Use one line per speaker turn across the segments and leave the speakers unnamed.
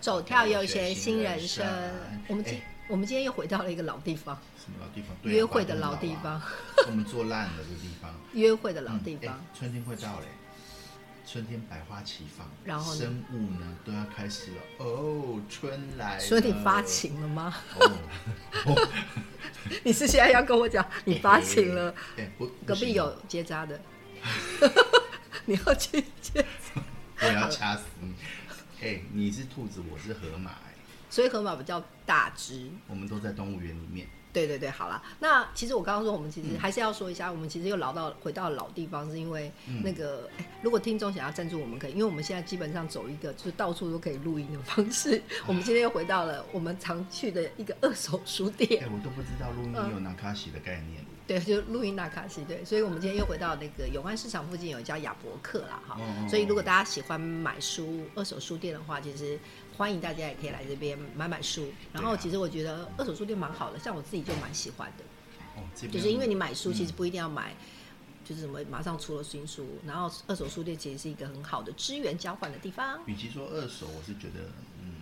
手跳有些新人生。我们今、
哎
我们今天又回到了一个老地方，
什么老地方？对啊
约会的老
关
地
东岛
方
啊，，我们做烂的这地方，
约会 的老
嗯
地
哎
方。
春天快到嘞，春天百花齐放，
然后呢
生物呢都要开始了。哦，春来了，
所以你发情了吗？
哦，
你是现在要跟我讲 你发情了？
哎，哎我
隔壁，有结扎的， 你要去结扎？
不行我要掐死你。 哎，你是兔子，我是河马，哎，
所以河马比较大只。
我们都在动物园里面。
对对对，好啦。那其实我刚刚说，我们其
嗯
实还是要说一下，我们其实又老到回到老地方，是因为
嗯
那个、哎如果听众想要赞助我们可以，因为我们现在基本上走一个就是到处都可以录音的方式。 我们今天又回到了我们常去的一个二手书
哎，
店，
我都不知道录音
嗯
有拿卡西的概念。
对，就录音纳卡西，对。所以我们今天又回到那个永安市场附近有一家亚博客啦，哈。
哦
所以如果大家喜欢买书、二手书店的话，其实欢迎大家也可以来这边买买书。然后
对啊
其实我觉得二手书店蛮好的，像我自己就蛮喜欢的。
哦，这边
就是因为你买书，
嗯
其实不一定要买，就是什么马上出了新书，然后二手书店其实是一个很好的资源交换的地方。
与其说二手，我是觉得，嗯，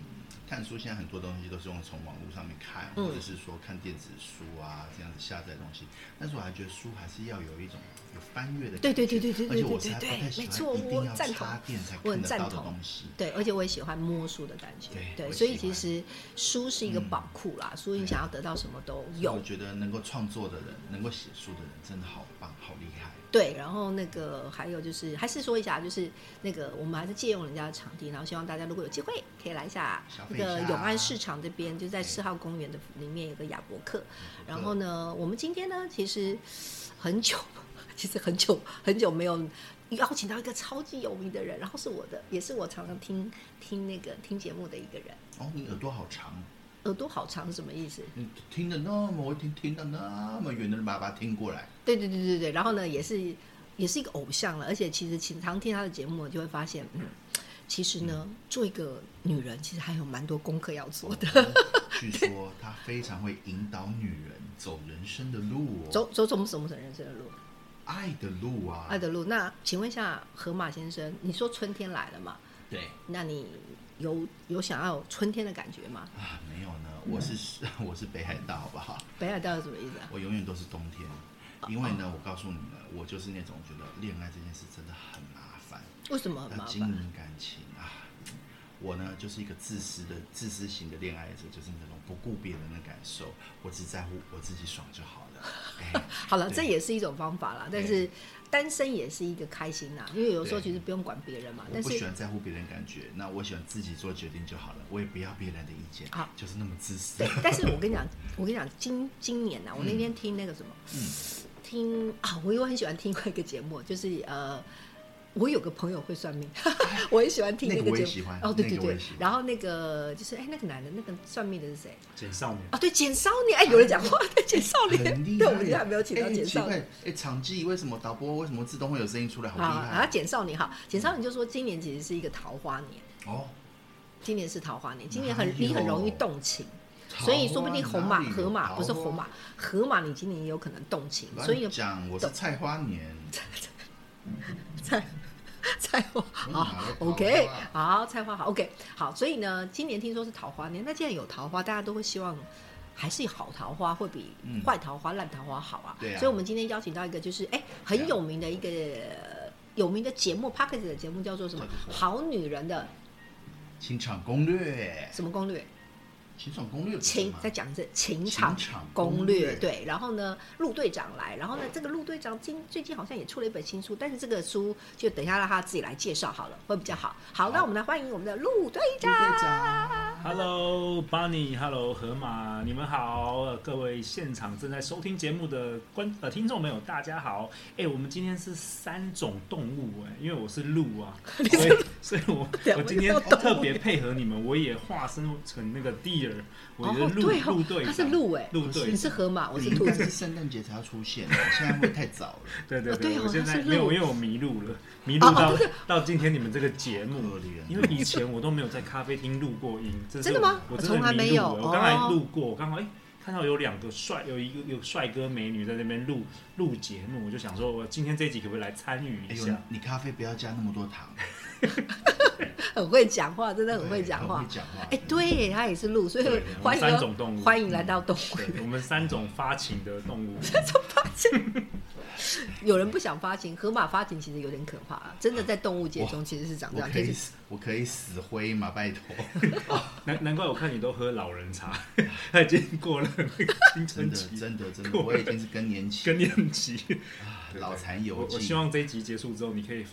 看书现在很多东西都是用从网络上面看，
嗯
或者是说看电子书啊这样子下载东西。但是我还觉得书还是要有一种有翻阅的感觉，
对对对对对
而且
对
我
对
才
对
不太
对，没
喜
错，
欢一定
我
要
赞同
插电才，
我
看
很
得
赞
到的
同
东。西。
对，而且我也喜欢摸书的感觉。
对我
所以
喜
其
欢嗯
实书是一个宝库啦，书你想要得到什么都有
我。觉得能够创作的人，能够写书的人，真的好棒，好厉害。
对，然后那个还有就是，还是说一下，就是那个我们还是借用人家的场地，然后希望大家如果有机会可以来一下
消
那
费一
个
下
永安市场这边，就在
哎
四号公园的里面有个亚博客。
不
然
错
后呢，我们今天呢，其实很久，其实很久很久没有邀请到一个超级有名的人，然后是我的，也是我常常听听那个听节目的一个人。
哦，你耳朵好长，
耳朵好长是什么意思？
你听得那么，我听听得那么远的，把它听过来。
对对对对对，然后呢，也是也是一个偶像了，而且其实经常听他的节目，就会发现，嗯，其实呢，做一个女人其实还有蛮多功课要做 的，
据说他非常会引导女人走人生的路哦，
走走什么什么人生的路，
爱的路啊，
爱的路。那请问一下，河马先生，你说春天来了嘛？
对
那你有有想要有春天的感觉吗？
啊，没有呢，
嗯
我是、 我是北海道，好不好？
北海道是什么意思啊？
我永远都是冬天，
啊
因为呢，我告诉你们，我就是那种觉得恋爱这件事真的很麻烦，
为什么很
要
麻
经
烦？
营感情啊。我呢，就是一个自私的、自私型的恋爱者，就是那种不顾别人的感受，我只在乎我自己爽就好 了。哎，
好了，
对
这也是一种方法啦，但是单身也是一个开心呐，因为有时候
对
其实不用管别人嘛，
我
但
不喜
是
欢在乎别人感觉，那我喜欢自己做决定就好了，我也不要别人的意见
好，
就是那么自私
对。，但是我跟你讲，我跟你讲，今今年啊
嗯
呐、我那天听那个什么，听啊，我又很喜欢听过一个节目，就是呃。我有个朋友会算命， 我很喜欢听
那个
个
我
节
也
目。
喜欢
哦，对
那
对
个我
对
也喜。欢
然后那个就是，哎，那个男的，那个算命的是谁？
简少年，
哦，对，简少年。哎，有人讲话，对，简少年
哎很。厉
对，我
害，
们今天还没有请到
哎
简
奇
少
怪
年。
哎、场记为什么导播为什么自动会有声音出来？好厉
啊，然
害
后！简少年哈，简少年就说今年其实是一个桃花年，
哦，
今年是桃花年，今年
哪
很
里哦
你很容易
有
动情。所以说不定红马、河马不是
红
红马，，河马你今年也有可能动情，
乱
所以
讲我是菜花年，
菜 菜花
我哪
好
来桃
OK，
花
好菜花好 OK 好，所以呢，今年听说是桃花年，那既然有桃花，大家都会希望。还是好桃花会比
嗯
坏桃花、烂桃花好啊！
对啊啊
所以我们今天邀请到一个就是哎、很有名的一个、呃有名的节目 p o c k e t 的节目叫做什么
叫做什？么
好女人的
情场攻略，
什么攻略？
情场攻略不是
情
吗
再讲一次情
情
场
场
攻
攻
略
略
对，然后呢，陆队长来，然后呢，这个陆队长今最近好像也出了一本新书，但是这个书就等一下让他自己来介绍好了，会比较好。好，那我们来欢迎我们的陆队长。哎
队长
Hello Bunny，Hello 河马，你们好，呃各位现场正在收听节目的观呃听众朋友，大家好。哎、我们今天是三种动物哎、因为我是 鹿啊，所以所以我
两
我
位
今天
都动物
特别配合你们，我也化身成那个 deer，我
哦
是，鹿、
对
鹿
哦
队，
他
长，
是鹿哎，
鹿
你
队
是
长，
河马，我
你
是
应
兔
该
子
是。圣诞节才要出现，现在会太早了，
对对
哦对哦
我现
他
在
是
没
鹿
有，因为我迷路了，迷路
哦哦
到
对
到今天你们这个节目
可怜。
因为以前我都没有在咖啡厅录过音，这是
真的吗
我
我
真
从来
的
没
迷路
有
了。我刚才
哦
路过，我刚好哎看到有两个帅，有一个有帅哥美女在那边录录节目，我就想说，我今天这一集可不可以来参与
哎
一
呦
下？，
你咖啡不要加那么多糖，
很会讲话，真的 很会讲
很
话
会。讲话。
哎、对耶，他也是鹿，所以
对
欢迎哦
我们三种动物
欢迎来到动物 园。
对我们三种发情的动物，
有人不想发情，河马发情其实有点可怕、真的在动物界中其实是长这
我
样，
可以
就是
死，我可以死灰嘛，拜托，
难难怪我看你都喝老人茶，他已经过了那个
真
青春
的
期、
真的真的，
过
我已经是更年期
更年期。
老残
我
油
我
尽
希。望这一集结束之后，你可以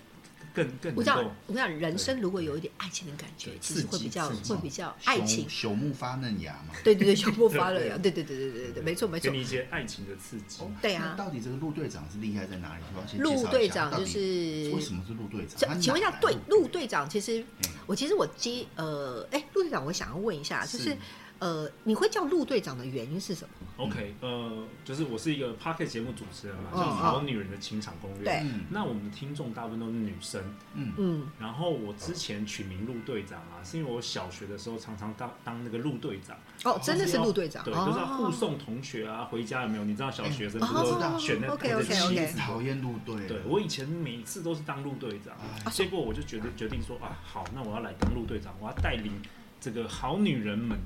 更更
我
能
想
够，
我想人生如果有一点爱情的感觉
对，
其实会比较
刺激刺激
会比较爱情。
朽朽木发嫩芽嘛。
对对对，熊不发了
对
呀！对对对对对对对，没错没
给
错。
你一些爱情的刺激。
对
那
啊，
到底这个陆队长是厉害在哪里？我要先介绍一
陆
下
队长
到
就
底
是
为什么是陆队长？
这
他哪
请问一下，
来
队
陆
陆队长，其实
嗯
我其实我接呃，哎、陆队长，我想要问一下，就是是呃，你会叫陆队长的原因是什么？
OK，呃，就是我是一个 p o c k e t 节目主持人嘛，
嗯
叫《
嗯
好女人的情场攻略》。
对
嗯
那我们的听众大部分都是女生，
嗯
嗯，
然后我之前取名陆队长啊，是因为我小学的时候常常当当那个陆队长，
哦，真的是陆队长，
对，就是要护
哦，
送同学啊回家有没有？你知道小学生
哦
不
知道
都选那个
OK，OK，OK
妻
妻
子
子讨厌陆队，
对我以前每次都是当陆队长，啊
啊
哎
结果我就决定决定说啊，好，那我要来当陆队长，我要带领这个好女人们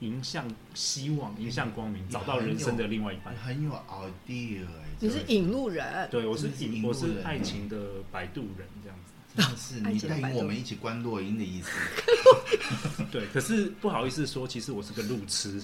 迎向希望，迎向光明，找到人生的另外一半。
很有 idea 哎，
你是引路人，
对我是
真的是
引
引路
我是
人
爱情
哦
的摆渡人这样 子。
真的是
爱
你
情
带
摆
领
渡
我们一起观落音的意思。
对，可是不好意思说，其实我是个路痴。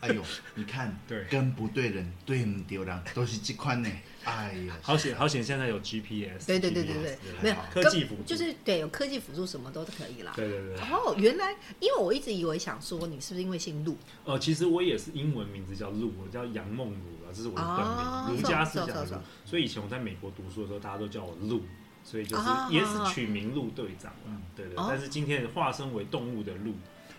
哎呦，你看，
对
跟不对人，对不对人，都是这款呢。哎呀，
好险好险，现在有 GPS。
对对对对对，没有
科技辅助
就是对有科技辅助，什么都可以啦。
对对对。
哦，原来因为我一直以为想说你是不是因为姓陆
呃，其实我也是英文名字叫陆，我叫杨梦如啊，这是我的
哦
本名。儒家是
是哦
这样
是
子
哦，
所以以前我在美国读书的时候，大家都叫我陆，所以就是
哦
也是取名陆队长啊
嗯。
对对，
哦
但是今天化身为动物的陆，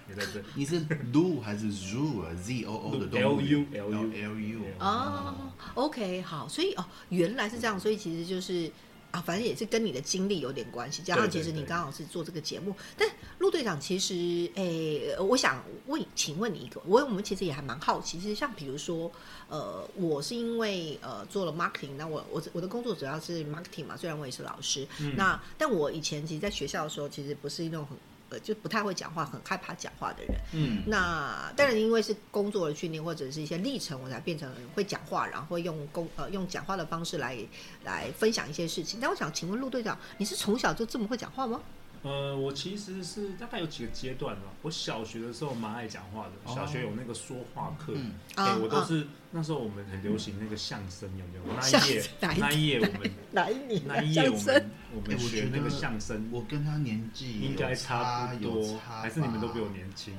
也在这里。
你是 lu 还是 zoo 啊？z o o 的动物
LU LU
l u
嗯
哦。OK，好，所以哦，原来是这样，所以其实就是啊，反正也是跟你的经历有点关系，加上
对对
其实你
对
刚好是做这个节目，但陆队长其实，诶、呃我想问，请问你一个，我我们其实也还蛮好奇，其实像比如说，呃，我是因为呃做了 marketing，那我我我的工作主要是 marketing 嘛，虽然我也是老师，
嗯
那但我以前其实，在学校的时候，其实不是那种很呃就不太会讲话，很害怕讲话的人，
嗯，
那当然，因为是工作的训练或者是一些历程，我才变成会讲话，然后会用工呃用讲话的方式来来分享一些事情。但我想请问陆队长，你是从小就这么会讲话吗？
呃，我其实是大概有几个阶段了。我小学的时候蛮爱讲话的，
哦
小学有那个说话课，
嗯
哎，
啊
我都
啊
是那时候我们很流行那个相声，有没有？我那
相
一页
声哪一
那一页我们
哪一年
那
的
一页
相
我
声？
们我
哎
们
我
学
觉
那
得
个相声，
我跟他年纪
应该
有
差不
有
多，
差吧
还是你们都比我年 轻。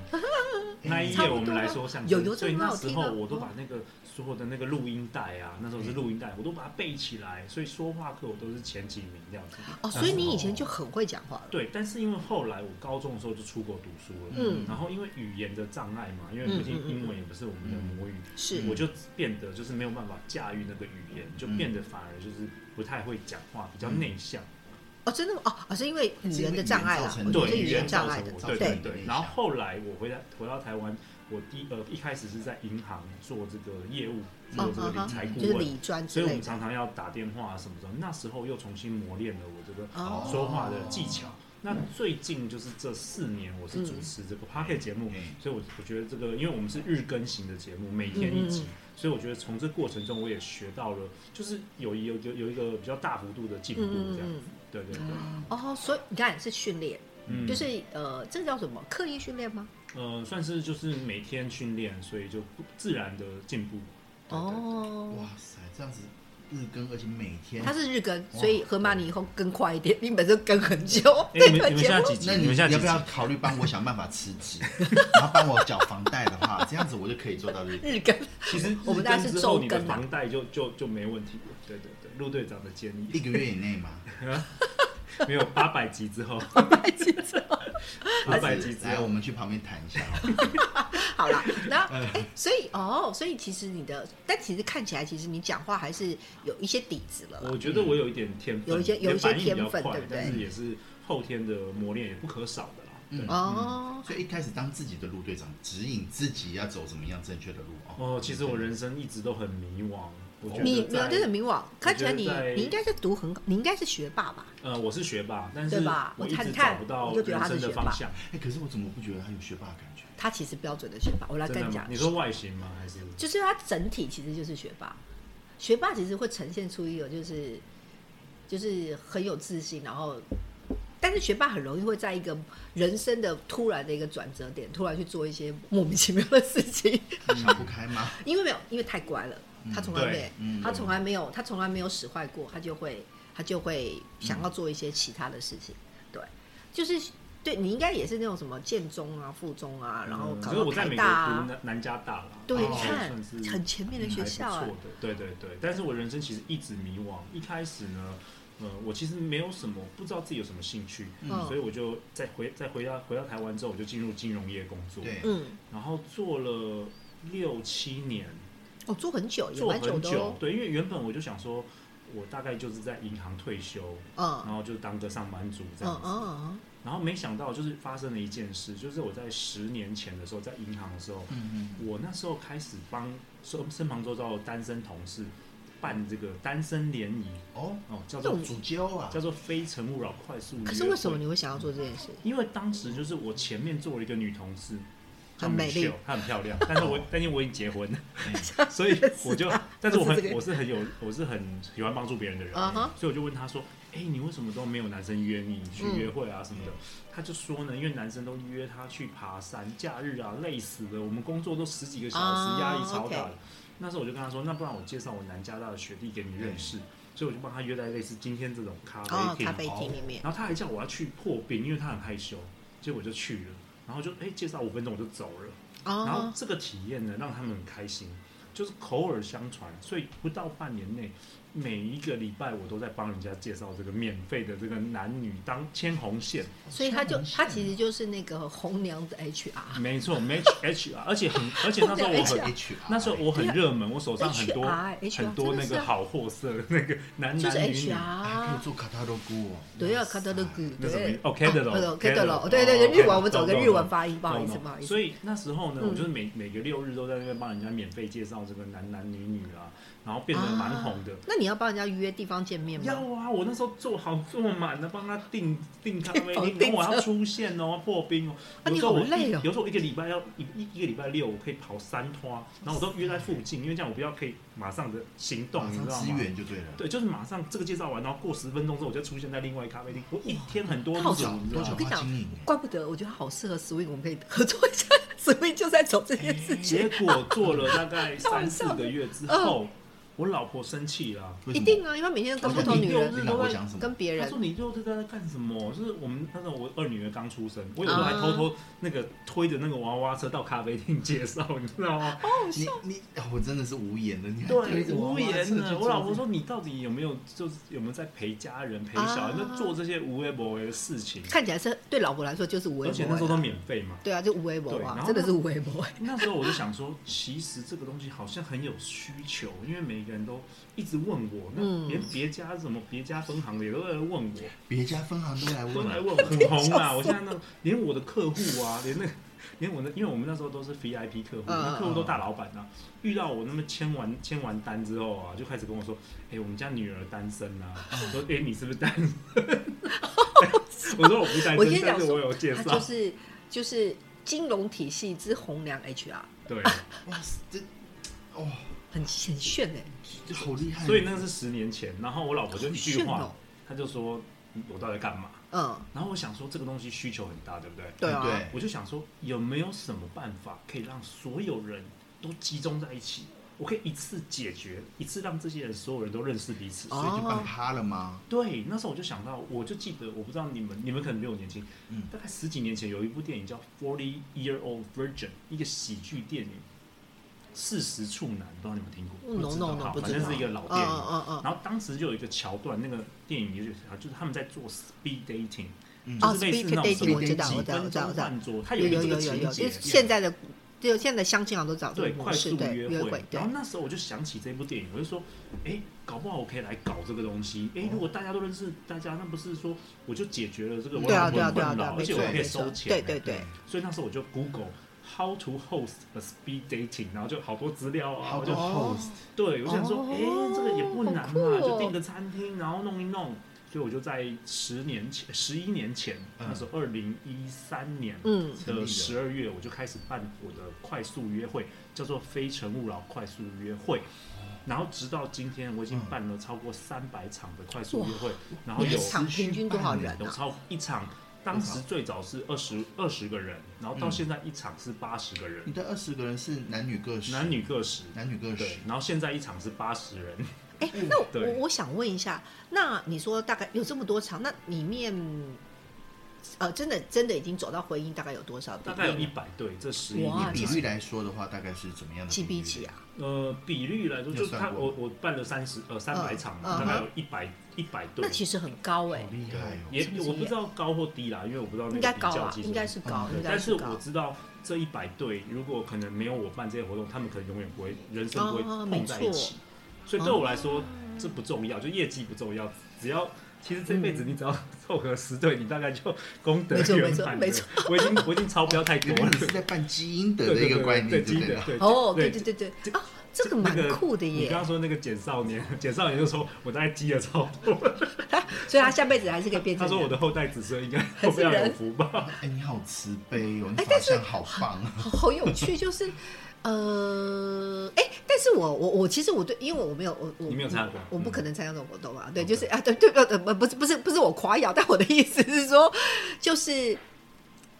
那一
哎差
页
不多
我们
吧
来说相
有
声，
有
所以
这个
那
很好
时
听
候
啊
我都
哦
把那个所有的那个录音带啊，那时候
哎
是录音带，我都把它背起来，所以说话课我都是前几名这样子。
哦，所以你以前就很会讲话了。
对，但是因为后来我高中的时候就出国读书了，
嗯
然后因为语言的障碍嘛，因为
嗯
毕竟
嗯嗯
英文也不是我们的母语，
是
我就变得就是没有办法驾驭那个语言，
嗯
就变得反而就是不太会讲话，比较
嗯
内向。
哦，真的吗？哦，哦是因为语言的障碍啦
是，因
我觉
为
得
对
是
语
语
言
言
造
障
成
碍的
我
造
对
成。
对
对
对
对。
然后后来我回来回到台湾，我第呃一开始是在银行做这个业务，做
嗯
这个
嗯
理财
嗯，
顾
就是
问，
理专
所
之
以我
类
们
的。
常常要打电话什么的。那时候又重新磨练了我这个
哦
说话的技巧。那最近就是这四年，我是主持这个 p o c k e t 节目，
嗯
所以我我觉得这个，因为我们是日更型的节目，每天一集，
嗯嗯
所以我觉得从这过程中我也学到了，就是有有有有一个比较大幅度的进步，
嗯
这样子，
嗯
对对对，
嗯。哦，所以你看是训练，
嗯，
就是呃，这叫什么？刻意训练吗？
呃，算是就是每天训练，所以就不自然的进步。对对
哦
哇。塞，这样子日更，而且每天
他是日更，
哇
所以河马你以后更快一点， 你本身更很 久。
哎、
对
你
这
们
个
你们
节
现在
目
几集？
那
你
你
们现在
要
几
不
集？
要考虑帮我想办法辞职，然后帮我缴房贷的话，这样子我就可以做到日更。
日更，
其实
我们大概是
日更之后
周
你的
更啊
房贷就就就没问题了。对对对，陆队长的建
一
议
个月以内 嘛，
没有八百集 之后，八百集之
来，我
后，
们去旁边谈一下。哦
好啦，然 后哎、所以哦，所以其实你的，但其实看起来，其实你讲话还是有一些底子了啦。
我觉得我有一点天分，
有一些有一些
反应比较
天分
快
对不对
但是也是后天的磨练也不可少的啦。对
嗯
哦，
所以一开始当自己的路队长，指引自己要走什么样正确的路哦。
哦，其实我人生一直都很迷惘，我觉得
你你
在
这很迷惘，看起来你
我觉得在
你应该是读很，你应该是学霸吧？
呃，我是学霸，但是
对吧
我
我
一
看
直
你看
找不到
我就觉得
人
他是
生的
学霸
方向。
哎、可是我怎么不觉得他有学霸的感觉？
他其实标准的学霸，我来
真
跟
的
你
吗
讲？，
你说外形吗？还是
就是他整体其实就是学霸，学霸其实会呈现出一个就是就是很有自信，然后但是学霸很容易会在一个人生的突然的一个转折点，突然去做一些莫名其妙的事情，
想不开吗？
因为没有，因为太乖了，他从来没
对，
嗯
他从来没有，他从来没有使坏过，他就会他就会想要做一些其他的事情，对，就是。对你应该也是那种什么建中啊、附中啊，然后
嗯
考
就是
到
我在
台
美
大
国读
啊，
南南加大了，
对，
哦
你看
算是
很前面的学校
还
啊
不，错的，对对对。但是我人生其实一直迷惘，一开始呢，呃，我其实没有什么，不知道自己有什么兴趣，
嗯
嗯
所以我就再回再回到回到台湾之后，我就进入金融业工作，
对，
嗯，
然后做了六七年，
哦，做很久，也
做
蛮
很
的
久
哦，，
对，因为原本我就想说，我大概就是在银行退休，然
嗯
后就当个上班族这样
嗯
子。
嗯
然后没想到就是发生了一件事，就是我在十年前的时候，在银行的时候，
嗯
我那时候开始帮身身旁周遭的单身同事办这个单身联谊
嗯，哦，
哦，叫
这
做
种
主教啊
叫，做非诚勿扰快速约
嗯。
会。
可是为什么你会想要做这件事？
因为当时就是我前面坐了一个女同事，叫
很美
Michelle，
丽哦
她很漂亮，但是我但因为我已经 结婚了，
哎
所以我就，但是我
不是这
很
个
我是很有我是很喜欢帮助别人的人
啊哈
所以我就问她说，哎、你为什么都没有男生约你去
嗯
约会啊什么的？她就说呢，因为男生都约她去爬山，假日啊累死了，我们工作都十几个小
啊
时，压力超大的
OK
那时候我就跟她说，那不然我介绍我南加大的学弟给你认识，所以我就帮她约在类似今天这种
嗯
咖
哦
啡，厅
咖。啡厅里面，
然后他还叫我要去破冰，因为他很害羞，结果我就去了，然后就哎介绍五分钟我就走了。然后
哦，
这个体验呢，让他们很开心，就是口耳相传，所以不到半年内，每一个礼拜我都在帮人家介绍这个免费的这个男女当牵红线，
所以他就
好像
他其实就是那个红娘子 HR，
没错，match H R，而且很，而且那时候我
是
很。
HR，
那时候我很热门，我手上很多
HR
很多
真
那
的是
个好货色，那个男
就是
男女女，
还哎可以
HR，
做卡塔罗姑哦，
对啊，
哇塞
卡德勒古，
那什么
对
哦 Catalog，
啊
Catalog，
Catalog，对对对，
哦
日文
Catalog，
我走个
懂
日文发音，不好意思，
懂
不好意思，
所以那时候呢，
嗯
我就是每每个六日都在那边帮人家免费介绍这个男男女女啊，然后变得蛮红的
啊。那你要帮人家约地方见面
要
吗？
啊！我那时候做好做满了，帮他订订咖 啡
哦订
厅，
房
然
订
后我要出现哦，破冰哦。
啊
有时候
你
我
好累哦
有时候我一个礼拜要一一一个礼拜六，我可以跑三趟，啊然后我都约在附近，因为这样我比较可以马上的行动，
马
你知
上
道
支
吗？
援就对了。
对，就是马上这个介绍完，然后过十分钟之后，我就出现在另外一咖啡厅。我一天很多
好
组，
久
你知
多
道
我
久
吗？
跟你
花
讲
精灵耶，
怪不得我觉得好适合 Swing，我们可以合作一下，Swing 就在走这件事情，
结果做了大概
开玩
三
笑的嗯
四个月之后，我老婆生气了。
为
一
什么
定啊，因为每天跟不同女
而且
人
你
你老婆想什么？
跟别
他
人
说：“你六日在干什么？”就是我们那时候我二女儿刚出生，我有时候还偷
嗯
偷那个推着那个娃娃车到咖啡厅介绍，你知道
哦
吗？
你你，啊我真的是无言的，你还推
对，
着娃
无
娃车
言
去
的。
做
我老婆
这
说：“你到底有没有就是有没有在陪家人、陪小孩，
啊
那做这些无微不为的事情？
看起来是对老婆来说就是无为
而且那时候
博
都
啊，
免费嘛。”
对啊，就无为博
对然
啊，
后
真的是无为 博。
那时候我就想说，其实这个东西好像很有需求，因为每个人都一直问我，那
嗯
连别家什么别家分行的也都在问我，
别家分行都来
都
问
来
了，
问我很红 啊！我现在那个连我的客户啊，连那个连我的，因为我们那时候都是 VIP 客户，
嗯
那客户都大老板啊，遇到我那么签完签完单之后啊，就开始跟我说：“哎、我们家女儿单身啊。”
嗯
说：“哎、你是不是单身？” 我说：“我不单
我
身
先，
但
讲
是啊
说
我有介
他
绍
就。是就是金融体系之红娘 HR，
对，
哇塞，这哦，
很很炫哎、
这好厉害。
所以那是十年前，然后我老婆就一句
好炫
话
哦，
她就说：“我到底在干嘛？”
嗯，
然后我想说，这个东西需求很大，对不对？
对啊，
对
我就想说，有没有什么办法可以让所有人都集中在一起？我可以一次解决，一次让这些人所有人都认识彼此。
哦
所以就办趴了吗？
对，那时候我就想到，我就记得，我不知道你们，你们可能比我年轻，
嗯
大概十几年前有一部电影叫《Forty Year Old Virgin》，一个喜剧电影，四十处男，不知道你们听过？
嗯 no
知道
no no，
好
不
反
知
正
道，
是一个老电影。
嗯嗯嗯
然后当时就有一个桥段，那个电影就是就是他们在做 speed dating，、
嗯
哦
就是类似
speed
那种什
dating
么
我知道，
几
我
几
知道，我
分
知道，
钟
我知道
换，桌，它
有
有一
有有
个这个
有
情
有，就
节
是，现在的，就现在的相亲好像都找这
对
种
快
模式，
速
对，
约
约
会。
对
然后，那时候我就想起这部电影，我就说，哎，搞不好我可以来搞这个东西。哎
嗯
哦，
如果大家都认识大家，那不是说我就解决了这个我
对啊
很
对啊对啊
困
对啊
扰，，而
没
且
错
我还可以
没
收
错，
钱。啊
对对对，
所以那时候我就 Google How to host a speed dating，然后就好多资料啊，
好
我
多
就
哦
host，
对，我想说，
哦
哎、这个也不难
好
嘛，
酷哦
就订个餐厅，然后弄一弄。所以我就在十年前、十一年前，
嗯
那时候二零一三年
嗯
成立
的
了
十二月，我就开始办我的快速约会，叫做《非诚勿扰快速约会》。然后直到今天，我已经
嗯
办了超过三百场的快速约会，然后
你
有
一场平均多少人
有
啊？
超一场，当时最早是二十二十个人，然后到
嗯
现在一场是八十个人，
你的二十个人是男女各十，
男女各十。
男女各
对
十，，
然后现在一场是八十人，
哎、那我
对
我我想问一下，那你说大概有这么多场，那里面呃，真的真的已经走到婚姻，大概有多少比例
大
呢？
概有一百对，这十一
哇
年
比
这
率来说的话，大概是怎么样的？
几比几？啊？
呃，比率来说，
你
就
有
是
算
他
过
我
吗
我办了三十呃三百场
嗯
嘛，
嗯
大概有一百一百对
那，其实很高哎、
好厉
对
害哦！
也
是不是
我不
也
知道高或低啦，因为我不知道那
应
个
该
比
高
较
啊，
技术
应该是高，应
嗯
对，
该
但是我
高。
知道这一百对，如果可能没有我办这些活动，他们可能永远不会人生不会
哦
碰在一起。所以对我来说，这不重要，就业绩不重要，只要其实这辈子你只要 凑合十对，你大概就功德
嗯没错
圆
没错
满了。
没错
我已经我已经超标太多
原
了
本你。是在办基因
对
的
对
一个
对
观
对
念，
积
对不
德
对？
对
哦，
对
对对对对，
这
啊，这个蛮
那个
酷的
你
耶
刚、刚说那个简少年， 简少年就说我大概积了超 多，
所以他下辈子还是可以变成
他
人。
说我的后代子孙应该
还
都
是
非常有
人
福 报。
哎，你好慈悲哦，你
哎
法
但是
相好棒 啊！
好好有趣，就是呃，哎、但是我我我其实我对，因为我没有我我
你没有参加过嗯哦
我不可能参加这种活动啊。对，就是
OK
啊，对对呃不不是不是不是我夸耀，但我的意思是说，就是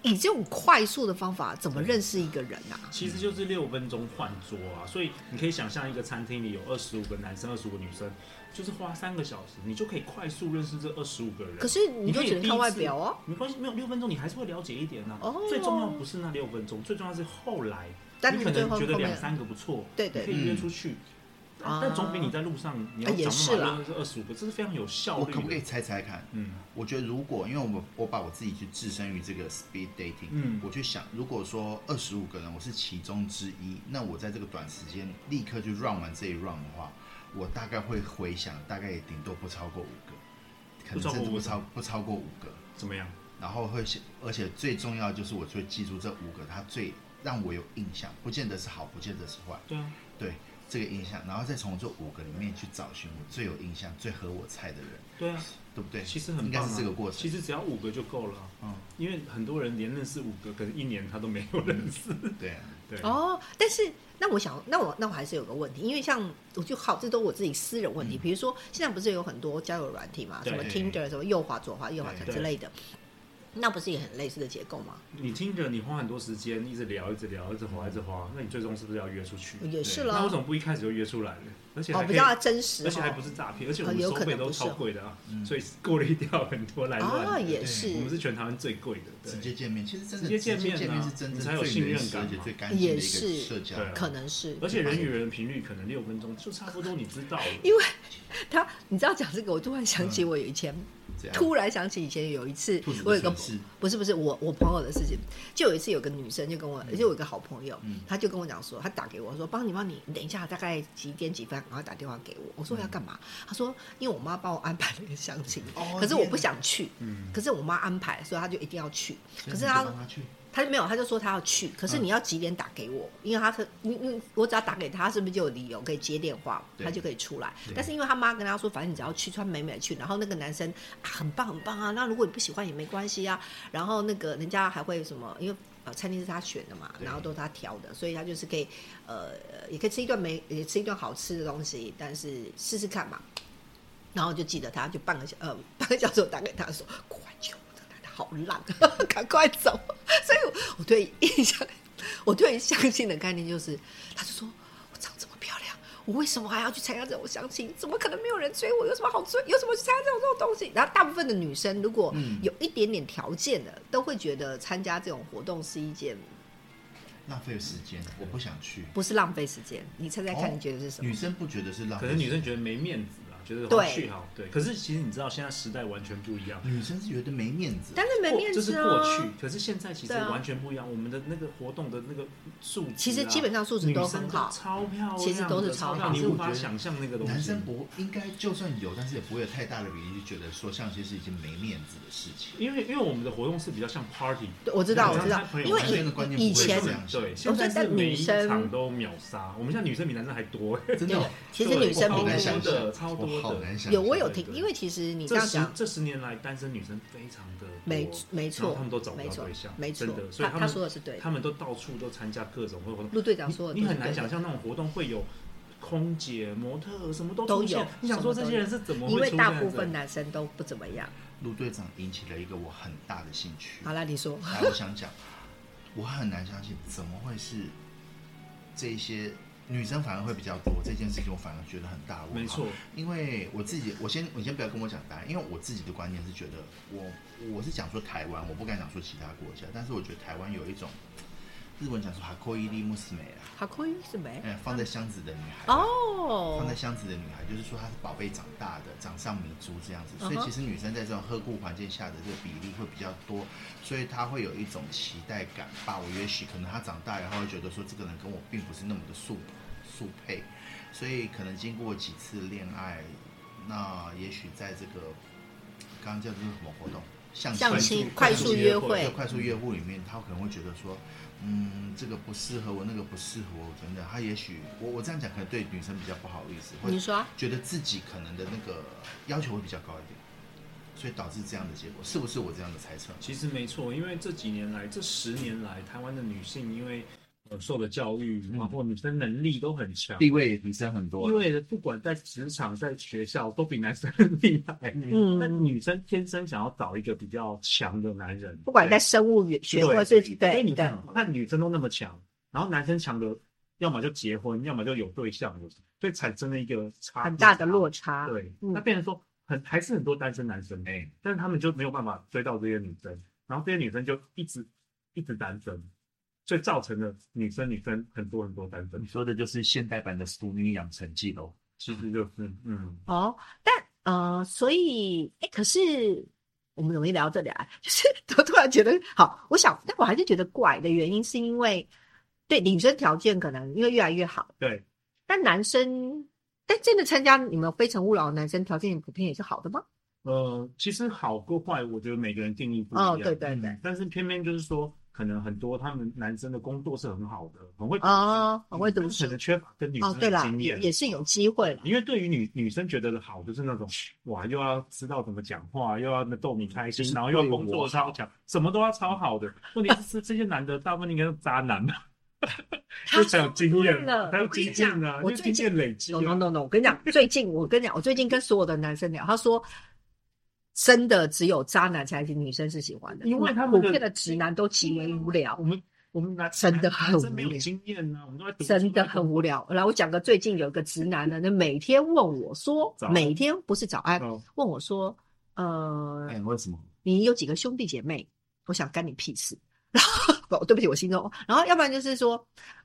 以这种快速的方法，怎么认识一个人啊？
其实就是六分钟换桌啊，所以你可以想象一个餐厅里有二十五个男生、二十五个女生，就是花三个小时，你就可以快速认识这二十五个人。
可是你就
可以
只能
第一
看外
次
表哦，
没关系，没有六分钟你还是会了解一点啊。
哦
最重要不是那六分钟，最重要是后来，
但
你
你
可
最
能
后
觉得
后面
两三个不错，
对对
你可以约出去。但
啊
但总比你在路上你要
啊也
找
是
那
啦
么多二十五个，这是非常有效
我
率的。
哦可不可以猜猜看？
嗯，
我觉得如果因为我们我把我自己去置身于这个 speed dating，
嗯
我去想，如果说二十五个人我是其中之一，那我在这个短时间立刻就 run 完这一 round 的话，我大概会回想，大概也顶多不超过五个，可能甚至
不
不
超
超不超过五个。
怎么样？
然后会写，而且最重要就是我会记住这五个，它最让我有印象，不见得是好，不见得是坏，
对啊，
对这个印象，然后再从这五个里面去找寻我最有印象、最合我菜的人，
对啊，
对不对？
其实很
哎应该
棒啊
是这个过程。
其实只要五个就够了啊，
嗯，
因为很多人连认识五个，可能一年他都没有认识。
对啊，
对，
哦，但是那我想，那我那我还是有个问题，因为像我就好，这都我自己私人问题。比如说，现在不是有很多交友软体嘛，
嗯对
什么 Tinder、什么右滑、左滑、右滑
对
墙
对
之类的，那不是也很类似的结构吗？
你听着，你花很多时间一直聊，一直聊，一直滑，一直滑，那你最终是不是要约出去？
也是
嗯那
喽
为什，么不一开始就约出来呢？而且
哦，
还
比
可以，
较真实，
而且还不
哦
是诈骗，而且我
呃
们
有
收
可
费
能
都
不
超
是哦
贵的啊，
嗯
所以过滤掉很多来乱的。
啊，也
对
是
我们是全台湾最贵的，
直
对
接见面，其实真的
直接见面啊
直接见面是真
你
正
才有
最
信任
原始
感
而且
嘛
最干净的一
也
个
是
社交。
对啊
可能是。
而且人与人频率可能六分钟就差不多，你知道了。
因为他，你知道讲这个，我突然想
嗯
起我有以前，
这样
突然想起以前有一次
兔子，
我有
的
一个
城市，
不是不是我我朋友的事情，就有一次有个女生就跟我，就有一个好朋友
嗯，
她就跟我讲说，她打给我说，帮你帮你，你等一下大概几点几分，然后打电话给我。我
嗯
说要干嘛？她说因为我妈帮我安排了一个相亲，
哦
可是我不想去，
嗯，
可是我妈安排，所以她就一定要去。可
所以你
是
就
她
让他去，
她没有，她就说她要去，可是
嗯
你要几点打给我？因为她是你你我只要打给她，她是不是就有理由可以接电话，
对
她就可以出来
对？
但是因为她妈跟她说，反正你只要去穿美美去，然后那个男生、啊、很棒很棒啊，那如果你不喜欢也没关系啊，然后那个人家还会什么，因为。呃，餐厅是他选的嘛，
对
然后都是他挑的，所以他就是可以，呃，也可以吃一顿没，也吃一顿好吃的东西，但是试试看嘛。然后就记得他，就半个小呃 半个小时，我打给他说，快救我，这男的好烂， 赶快走。所以我，我对印象，我对相亲的概念就是，他就说我长这么漂亮，我为什么还要去参加这种相亲？怎么可能没有人追我？有什么好追？有什么去参加这种这种东西？然后大部分的女生如果
嗯
有一点点条件的，都会觉得参加这种活动是一件
浪费时间，我不想去。
不是浪费时间。你猜猜看，
哦
你觉得是什么？
女生不觉得是浪费，
可能女生觉得没面子啊，就是
对
去好对。可是其实你知道，现在时代完全不一样。
女生是觉得没面子，
但是没
过
面
这
子
是
啊。
过去，可是现在其实
对啊
完全不一样。我们的那个活动的那个素质、啊，
其实基本上素质都
女生
很好
超漂亮的，
其实都是超
超
好
你
可是
无
我觉
法
得
想象那个东西。
男生不应该就算有，但是也不会有太大的比例就觉得说像些是一件没面子的事 情。
因为因为我们的活动是比较像 party，
对我知道，
对
我知道
男生朋，友
因为
之间
的观念
以以
不会
前
这样
对，现在
但
是每
女
一
生
场都秒杀，我们现在女生比男生还多，
真
对
的
的，其实女生
我
比
好
男
难
生
想
多
象
的超多的
我好难想象
有我有听
对，对
因为其实你这
这
样
十
讲，
这十年来单身女生非常的多
没没
然后
错
他，们都找不
没
到
错
对象，，
没错
真的，，所以
他
他
他
们
说的是对的。
他们都到处都参加各种活动。
陆队长说的
你
都
你
是
很难
对的
想象那种活动会有空姐、模特什么都
都
出现
有
你想说这些人是怎么
因
会
为
出
大
现
部
这
分男生都不怎么样。
陆队长引起了一个我很大的兴趣。
好啦，你说，
来，我想讲，我很难相信怎么会是这一些女生反而会比较多这件事情，我反而觉得很大问
没
号
错，，
因为我自己，我先你先不要跟我讲答案，因为我自己的观念是觉得我我是讲说台湾，我不敢讲说其他国家，但是我觉得台湾有一种日文讲说哈扣伊利穆斯美啊，
好酷是没？
嗯，放在箱子的女孩。放
哦
在，箱子的女孩，就是说她是宝贝长大的，掌上明珠这样子，所以
嗯哼
其实女生在这种呵护环境下的这个比例会比较多，所以她会有一种期待感吧。我也许可能她长大以后会觉得说，这个人跟我并不是那么的速速配，所以可能经过几次恋爱，那也许在这个刚刚叫做什么活动，相
相
亲
亲
快
快
速
速
约
约
这
会，
快速约会里面，他可能会觉得说，嗯，这个不适合我，那个不适合我，等等。他也许我我这样讲可能对女生比较不好意思，
你
会
说啊
觉得自己可能的那个要求会比较高一点，所以导致这样的结果，是不是我这样的猜测？
其实没错，因为这几年来，这十年来，台湾的女性因为呃受的教育，啊然后女生能力都很强，
地位女生很多啊
因为不管在职场、在学校，都比男生 厉害。
嗯
那女生天生想要找一个比较强的男人，
不管在
对
生物学
对
或是
所以
所以
对
你
对
看，，那女生都那么强，然后男生强的，要么就结婚，要么就有对象了，所以产生了一个差
很大的落差。
对，
嗯
那变成说很还是很多单身男生，哎、但是他们就没有办法追到这些女生，然后这些女生就一直一直单身，所以造成了女生女生很多很多单身，
说的就是现代版的《俗女养成记》喽。
其实就是嗯，
哦，但呃，所以哎，可是我们容易聊这里啊， 就是我突然觉得好，我想，但我还是觉得怪的原因是因为对女生条件可能因为越来越好，
对，
但男生。但真的参加你们《非诚勿扰》的男生条件普遍也是好的吗？
呃，其实好跟坏，我觉得每个人定义不一样，嗯
哦，对对对，
但是偏偏就是说，可能很多他们男生的工作是很好的，很会读书
哦，很会读
但
书
是可能缺乏跟女
哦
生，
对
的
啦，
经验，
也是有机会了。
因为对于女女生觉得的好，就是那种哇，又要知道怎么讲话，又要能逗你开
就
心，
是
然后又要
对
工
我
作超强，什么都要超好的。问题是这些 男的大部分应该是渣男吧，
他
才有经验，
了，
才有
我跟
经
你讲
验啊，，
我
就
最
经
近
验累积
no no
啊。
no no，我跟哦你讲，最近我跟你讲，我最近跟所有的男生聊，他说。真的只有渣男才是女生是喜欢的，
因为他
普
们的
遍的直男都极为无聊
我，们我们男
真的很
男生没有
无聊
经验啊呢，我们都在读书
真的很无聊。来，我讲个最近有一个直男的，那每天问我说
早，安
每天不是早安，
哦
问我说，呃，
啊
哎，为什么？
你有几个兄弟姐妹？我想干你屁事。 然后哦不，对不起，我心中。然后要不然就是说，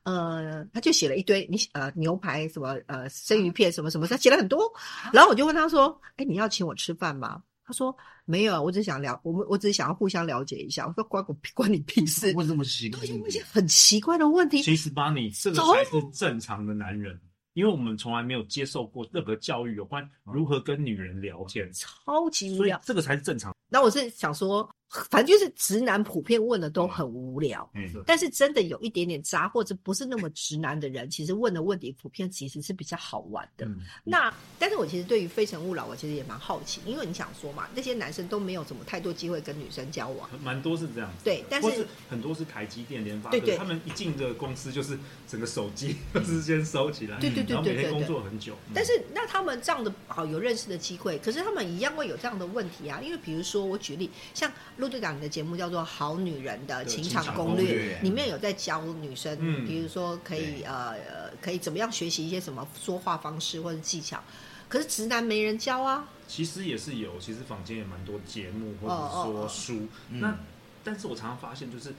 呃，他就写了一堆你呃牛排什么呃生鱼片什么什么，他写了很多。然后我就问他说：“哎，你要请我吃饭吗？”他说：“没有，啊我只想聊，我们我只是想要互相了解一下。”我说：“关我屁关你屁事
问这么奇怪
都？是问一些很奇怪的问题。
其实巴尼这个才是正常的男人，因为我们从来没有接受过任何教育有关如何跟女人聊天”，
超级无
所以
聊。
这个才是正常。
那我是想说，反正就是直男普遍问的都很无聊。
嗯，
但是真的有一点点渣或者不是那么直男的人，其实问的问题普遍其实是比较好玩的。
嗯
那但是我其实对于《非诚勿扰》，我其实也蛮好奇，因为你想说嘛，那些男生都没有怎么太多机会跟女生交往，
蛮多是这样子的，
对但是
或是很多是台积电、联发科，
对对嗯
他们一进的公司就是整个手机 都是先收起来，
对对对
然后
对对
每天工
对。
作很久。嗯
但是那他们这样的好有认识的机会，可是他们一样会有这样的问题啊。因为比如说我举例，像陆队长你的节目叫做《好女人的
对
情
情
场
场
攻
攻
略》
略
里面有在教女生，
嗯
比如说可以呃呃可以怎么样学习一些什么说话方式或者技巧，可是直男没人教啊。
其实也是有，其实坊间也蛮多节目
哦
或者
哦
说
哦
书，
嗯
那但是我常常发现就是。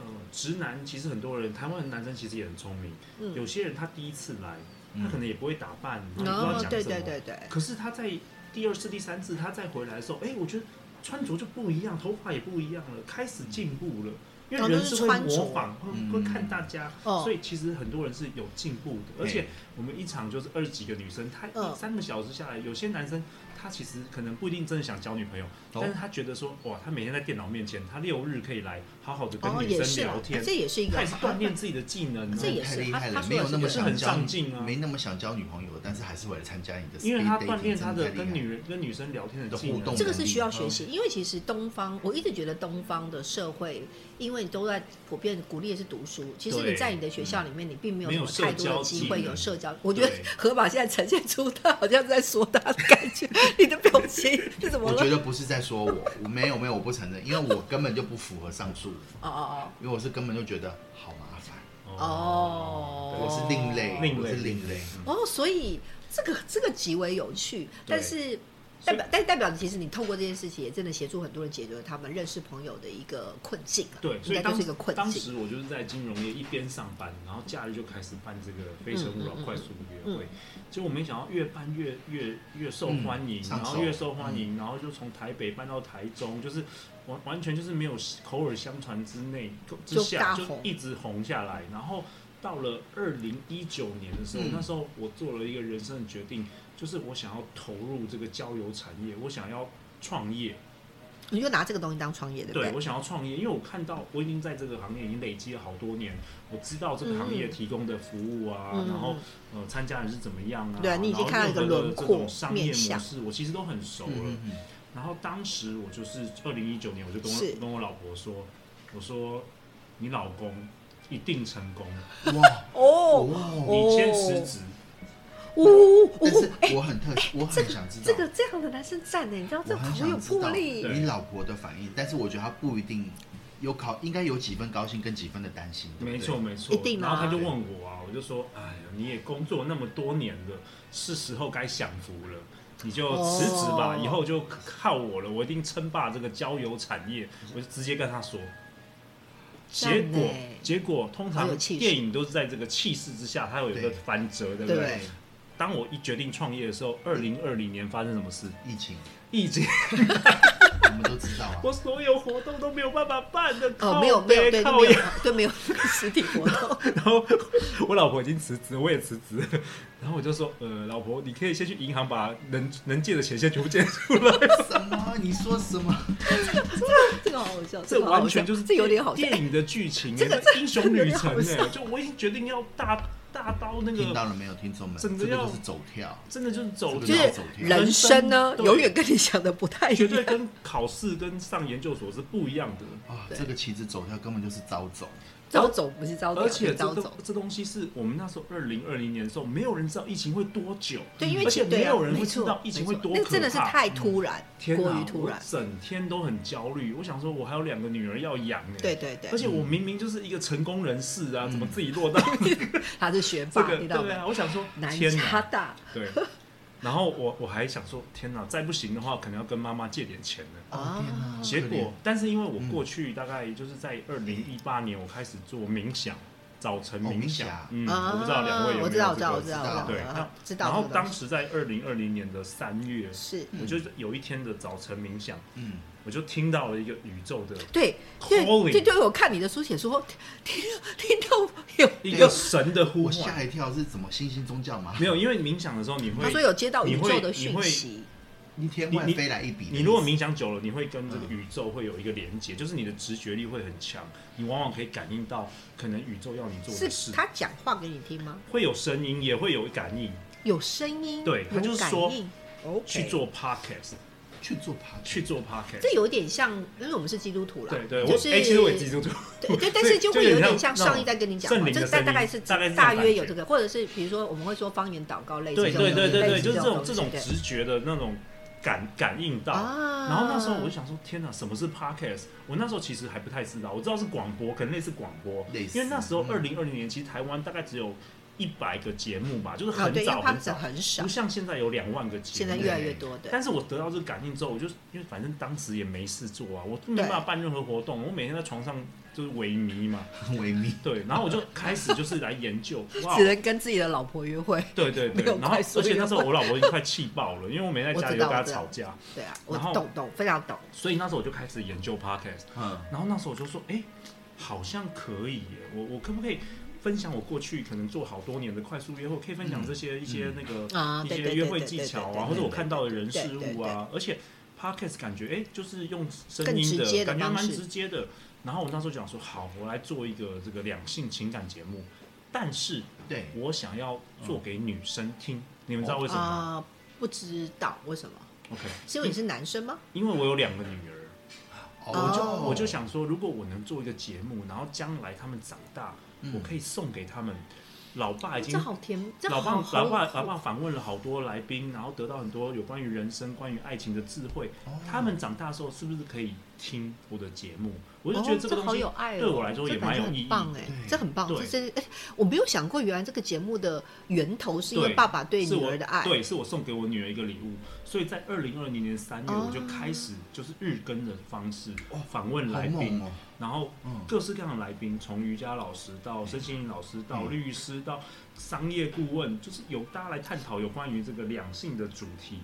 呃，直男其实很多人，台湾的男生其实也很聪明。
嗯
有些人他第一次来，他可能也不会打扮，然后也不知道
哦
讲什，么。
对对对对，
可是他在第二次、第三次，他再回来的时候，哎、我觉得穿着就不一样，头发也不一样了，开始进步了。因
哦那
为人
是
是会
穿着
模仿，会
嗯
会看大家，
哦
所以其实很多人是有进步的。而且
对
我们一场就是二十几个女生，她
嗯
一三个小时下来，有些男生他其实可能不一定真的想交女朋友，
哦
但是他觉得说，哇，他每天在电脑面前，他六日可以来好好的跟
哦
女
也
生
是啦
聊天，
这也是一个
他也是锻炼自己的技能啊。
这也
太
是
厉
他
害
他
了，
说
没
的
有
是
那么
这
个
想
很
交
上进啊
没那么想交女朋友，但是还是为了参加你的 speed dating，真
因
的
为
太厉害
他
了，
锻炼他的跟女人、跟女生聊天的技
的互动
能，
这个是需要学习，因为其实东方，我一直觉得东方的社会，因为都在普遍鼓励的是读书，其实
对
你在你的学校里面，你并嗯没有什么太多的机会
没有
有
社
社交。我觉得
对
河马现在呈现出他好像在说他的感觉， 你的表情是怎么
我觉
了？
得不是在说我，我没有没有，我不承认，因为我根本就不符合上述，
哦哦
因为我是根本就觉得好麻烦，
哦哦，
我是另类，
另类
我是另类，
哦，所以这个这个极为有趣，但是代表但代表其实你透过这件事情也真的协助很多人解决了他们认识朋友的一个困境啊，
对，所
应该就
以当
是一个困
当
境。
时我就是在金融业一边上班，然后假日就开始办这个《非诚勿扰
嗯嗯》嗯
快速约会，结果没想到越办越越越受欢迎，
嗯上
然
手
后越受欢迎，然后就从台北搬到台中，就是完完全就是没有口耳相传之内之
就
下
大
就
红
一直红下来，然后到了二零一九年的时候，
嗯
那时候我做了一个人生的决定，就是我想要投入这个交友产业，我想要创业。
你就拿这个东西当创业，对不
对我想要创业，因为我看到我已经在这个行业已经累积了好多年，我知道这个行业
嗯
提供的服务啊，
嗯
然后呃参加人是怎么样啊，
对你已经看到一个
然后
轮
任何的这
廓
种商业模
面向
式，我其实都很熟了。
嗯嗯
然后当时我就是二零一九年，我就跟
是
我跟我老婆说，我说你老公一定成功，
嗯，哇，
哦
哇，
你先辞职。
哦，
但是
哎
我很特，我
这
很
个
想知道
这个这样的男生赞呢，你知道这
我很
好有
想知
魄
道
力
对，
你老婆的反应，但是我觉得她不一定有考，应该有几分高兴跟几分的担心，对不对
没错，没错，
一定啊
然后他就问我啊，我就说，哎呀，你也工作那么多年了，是时候该享福了，你就辞职吧，
哦
以后就靠我了，我一定称霸这个交友产业。我就直接跟他说，结
赞
果
欸
结果通
好
常
有气势
电影都是在这个气势之下，它有一个
对
翻折，对不
对
对？当我一决定创业的时候，二零二零年发生什么事？
疫情
疫情，
我们都知道啊
，我所有活动都没有办法办的，
哦，
靠
没有没有
北
对就
靠
没
腰
有 对没有实体活 动，
然后我老婆已经辞职，我也辞职了，然后我就说，呃，老婆，你可以先去银行把能能借的钱先全部借出来。
什么？你说什么？
这个好好笑，
这
个好好
完全
笑
就是
这有点好笑，
电影的剧情，
这个
这英雄旅程欸
这个有点
呢，就我已经决定要大大刀那
听到
个，
了没有，听众们？这
整个
个
要
就是走跳，
真的就是走
这
哎就
个
掉
是
走天
人生呢
人，生
永远跟你想的不太一
绝对
样。
跟考试跟上研究所是不一样的。
啊，
对
这个棋子走跳根本就是招走，
招走不是招走，
而且
是
这
招
东
走。
这东西是我们那时候二零二零年的时候，没有人知道疫情会多久，
对，因为
嗯而且
其对
没
啊
有人
没
会知
错
道疫情会
没错
多可
那
怕。嗯
真的是太突然，
天
过
哪
于突然
我。整天都很焦虑。我想说，我还有两个女儿要养呢。
对对对
而且我明明就是一个成功人士啊，怎么自己 落到
他是学
这
霸，
个？
你知道
对
吗？
啊，我想说，
南
天
加
哪，
大
对。然后我我还想说，天哪，再不行的话，可能要跟妈妈借点钱了。
啊
哦天哪
结
可怜
果，但是因为我过去大概就是在二零一八年，我开始做冥想，早晨
哦冥
想
想。
嗯，
啊
我不知道两位有没有
我知道，我
这
知道，
个
我知道，
知道
我
对，
道
那，
知道。
然后
知道
当嗯时在二零二零年的三月，
是
我就有一天的早晨冥想，
嗯，
我就听到了一个宇宙的
对对
Calling
对对，我看你的书写说， 听听到有
一
有
个，神的呼
我吓
唤。
一跳，是怎么新兴宗教吗？
没有，因为冥想的时候，你
他说
会，
有接到宇
你会
宙的
你
讯
会
息，
一天
你
外
你
飞来一笔的意思，
你如果冥想久了，你会跟这个宇宙会有一个连接，就是你的直觉力会很强，你往往可以感应到可能宇宙要你做的
是
事，
他讲话给你听吗？
会有声音，也会有感应。
有声音，
对他
有
就是
感
说
应，OK
去做 podcast，
去做爬，
去做
这
podcast。
有点像，因为我们是基督徒啦，
对对，我
就是
哎，其实我也记住，
对对，但
所
是
以
就
就
会
有
有
点
点
像
像
那种
上一在跟你讲
圣
话，
灵的
就是大
声音
大概是
大概是这种
大
感
约
觉
有这个，或者是比如说我们会说方言祷告类似
对
这种
对对对
类
对，
似
就是这种
东西
这种
对
直觉的那种感感应到。
啊
然后那时候我就想说，天哪，什么是 podcast？我那时候其实还不太知道，我知道是广播，可能类似广播，
类似
因为那时候二
嗯
零二零年，其实台湾大概只有一百个节目吧，就是
哦，
很
对，因为
早很
podcast
早，
很少
不，像现在有两万个节
现
目。
在越来越多，对。
但是我得到这个感应之后，我就因为反正当时也没事做啊，我没办法办任何活动，我每天在床上就是萎靡嘛，
维密，
对，然后我就开始就是来研究，哇
只，能跟自己的老婆约会，
对对
没
对
有，
然后
快速
而且那时候我老婆已经快气爆了，因为我每天在家里就跟她吵架，
对啊，我
然后
懂懂，非常懂。
所以那时候我就开始研究 podcast，
嗯，
然后那时候我就说，哎、好像可以耶，我我可不可以分享我过去可能做好多年的快速约会，可以分享这些一些那个、
嗯啊
一
对对
些
对
约会
对
技
对
巧
对
啊，
对
或者我
对
看到的人
对
事
对
物啊，而且 podcast 感觉哎、就是用声
更
音
直
的
接的
感觉
方
蛮
式
直接的。然后我那时候讲说，好，我来做一个这个两性情感节目，但是
对，
我想要做给女生听，你们知道为什么吗、
啊、不知道为什么？
o k
是因为你是男生吗？
因为我有两个女儿。
哦
我就
哦
我就，想说，如果我能做一个节目，然后将来他们长大，我可以送给他们。老爸已经
哦这好甜，这
老
好
爸
好
老爸老爸访问了好多来宾，然后得到很多有关于人生、关于爱情的智慧。
哦
他们长大的时候是不是可以听我的节目？我
我
就觉得这个
好
东西
有爱、哦，
对我来说也
这感
蛮
觉
有意
很
义。
棒哎、
对
这很棒，
对
这是哎、我没有想过，原来这个节目的源头是因为
对
爸爸对
是
女
我
儿的爱，
对，是我送给我女儿一个礼物。所以在二零二零年三月，
哦
我就开始就是日更的方式
哦
访问
好
来宾
猛，哦，
然后
嗯，
各式各样的来宾，从瑜伽老师到身心灵老师，到
嗯
律师，到商业顾问，就是有大家来探讨有关于这个两性的主题。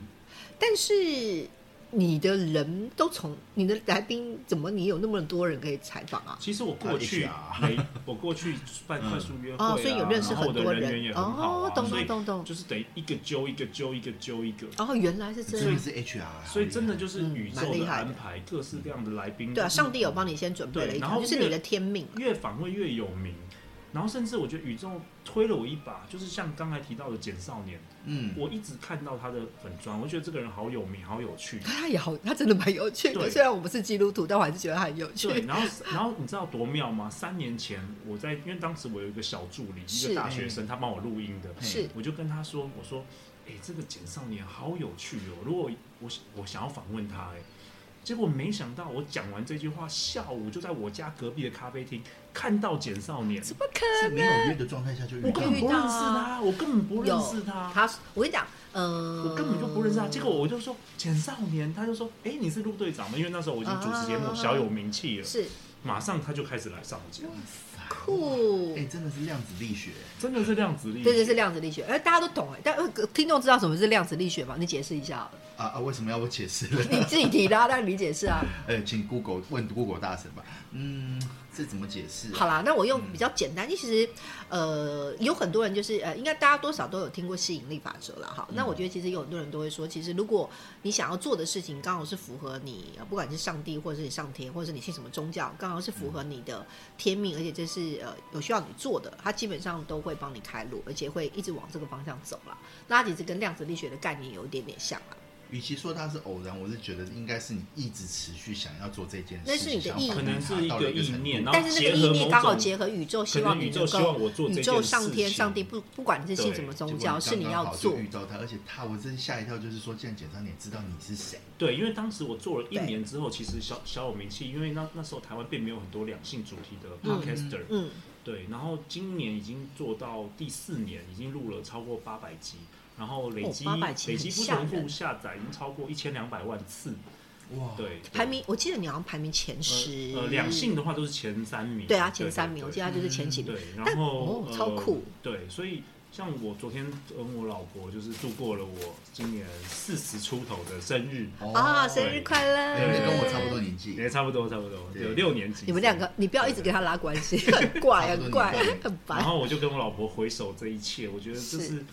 但是你的人都从你的来宾，怎么你有那么多人可以采访啊？
其实我过去
啊嗯
没，我过去 办快速约会、啊
哦，所以有认识
然后
很
我的
多
人缘也很好、
哦
啊，，
懂
所
懂
以
懂懂。
就是得一个揪一个揪一个揪一个。
哎
哦，原来是这
真
样
的。是 HR，啊
所以真的就是宇宙
嗯蛮厉
的
害的
安排，各式各样的来宾。
对啊，
就是
上帝有帮你先准备了一
嗯对然
条，
后
就是
越
你的天命啊。
越访问越有名，然后甚至我觉得宇宙推了我一把，就是像刚才提到的简少年，
嗯，
我一直看到他的粉砖，我就觉得这个人好有名，好有 趣。
他也好，他真的蛮有趣的。
对
虽然我不是基督徒，但我还是觉得他很有
对，
趣。
然后然后你知道多妙吗？三年前我在，因为当时我有一个小助理，一
是嗯
个大学生，他帮我录音的，
是
我就跟他说，我说，哎、这个简少年好有趣哦，如果我我想要访问他、哎，结果没想到我讲完这句话，下午就在我家隔壁的咖啡厅看到简少年，
怎么可
是
能？
没有约的状态下就
我
遇到
根本
遇
不
到
认识
啊
他，我根本不认识他。
他，我跟你讲，嗯，
我根本就不认识他，结果我就说简少年，他就说，哎、你是陆队长吗？因为那时候我已经主持节目，
啊
小有名气了，
是嗯
马上他就开始来上我节目，
酷
哎，，真的是量子力学，
真的是量子力学，
对对是量子力学，哎，大家都懂哎，但呃听众知道什么是量子力学吗？你解释一下好了，
啊啊，为什么要我解释了？
你自己提的啊，但你解释啊。
呃，请 Google 问 Google 大神吧，嗯，这怎么解释啊？
好啦，那我
嗯
用比较简单，因为其实呃有很多人就是呃，应该大家多少都有听过吸引力法则了哈。那我
嗯
觉得其实有很多人都会说，其实如果你想要做的事情刚好是符合你，呃不管是上帝或者是你上天，或者是你信什么宗教，刚好是符
嗯
合你的天命，而且这是呃有需要你做的，它基本上都会帮你开路，而且会一直往这个方向走啦。那它其实跟量子力学的概念有一点点像啦。
与其说它是偶然，我是觉得应该是你一直持续想要做这件事，
那是你的意啊
可能是一个意念，然后
嗯但是那
结
个
合
意
某
念
种
刚好结合宇宙，希望
可能
你
宇宙
能
希望
够
我做这
宇
件
宙、上天、
事情
上帝不不管你是信什么
对
宗教，是你要做
就。遇到他，而且他我真吓一跳，就是说，竟然简少年知道你是谁，
对，因为当时我做了一
对
年之后，其实小小有名气，因为那那时候台湾并没有很多两性主题的 podcaster，、
嗯，
对，然后今年已经做到第四年，已经录了超过八百集，然后累
哦
积、
800集
累
很
积不
吓
重
人哦
复下载已经超过一千两百万次，
哇，
对，
排名我记得你好像排名前十，
呃呃两性的话都是前三名，
嗯对啊，前三名，我记
得
得他就是前几名
对，，嗯然后、
哦超酷
呃，对，所以。像我昨天跟我老婆就是度过了我今年四十出头的生日，
哦
啊，生日快乐！
哎那跟我差不多年纪，
也差不多，差不多，
对
有六年级。
你们两个，你不要一直跟他拉关系，很怪，
差不多
很怪
你们，
很
然
烦。
后我就跟我老婆回首这一切，我觉得这
是
是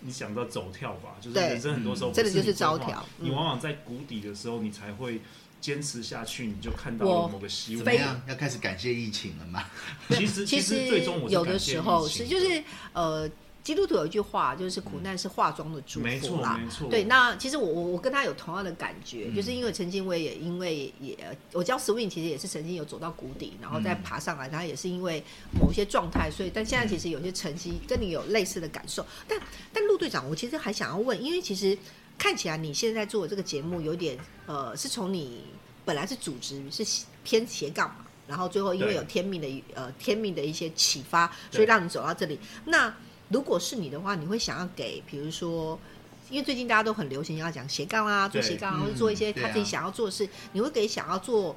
你想到走跳吧，就是
对
人生很多时
嗯
候不
真的就是
你规划
招跳嗯
你往往在谷底的时候，你才会坚持下去，你就看到
我
了某个希
怎
望
么。样？要开始感谢疫情了吗？
其实
其
实
实
最终我是
有
感
的
谢
时候
疫情
是就
的
是呃，基督徒有一句话，就是苦难是化妆的祝
没
福
错
啦。
没错，
对，那其实我我我跟他有同样的感觉，
嗯
就是因为曾经我也因为也呃我教 swing 其实也是曾经有走到谷底，然后再
嗯
爬上来，然后也是因为某些状态，所以但现在其实有些晨曦跟你有类似的感受，但但陆队长，我其实还想要问，因为其实看起来你现在做的这个节目有点呃，是从你本来是组织是斜偏斜杠嘛，然后最后因为
对
有天命的一呃天命的一些启发，所以
对
让你走到这里，那。如果是你的话，你会想要给，比如说，因为最近大家都很流行要讲斜杠啦，做
对
斜杠啊，
嗯
或者做一些
对
他自己
啊
想要做的事，你会给想要做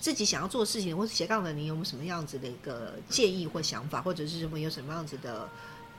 自己想要做的事情或是斜杠的你有没有什么样子的一个建议或想法，或者是什么有什么样子的？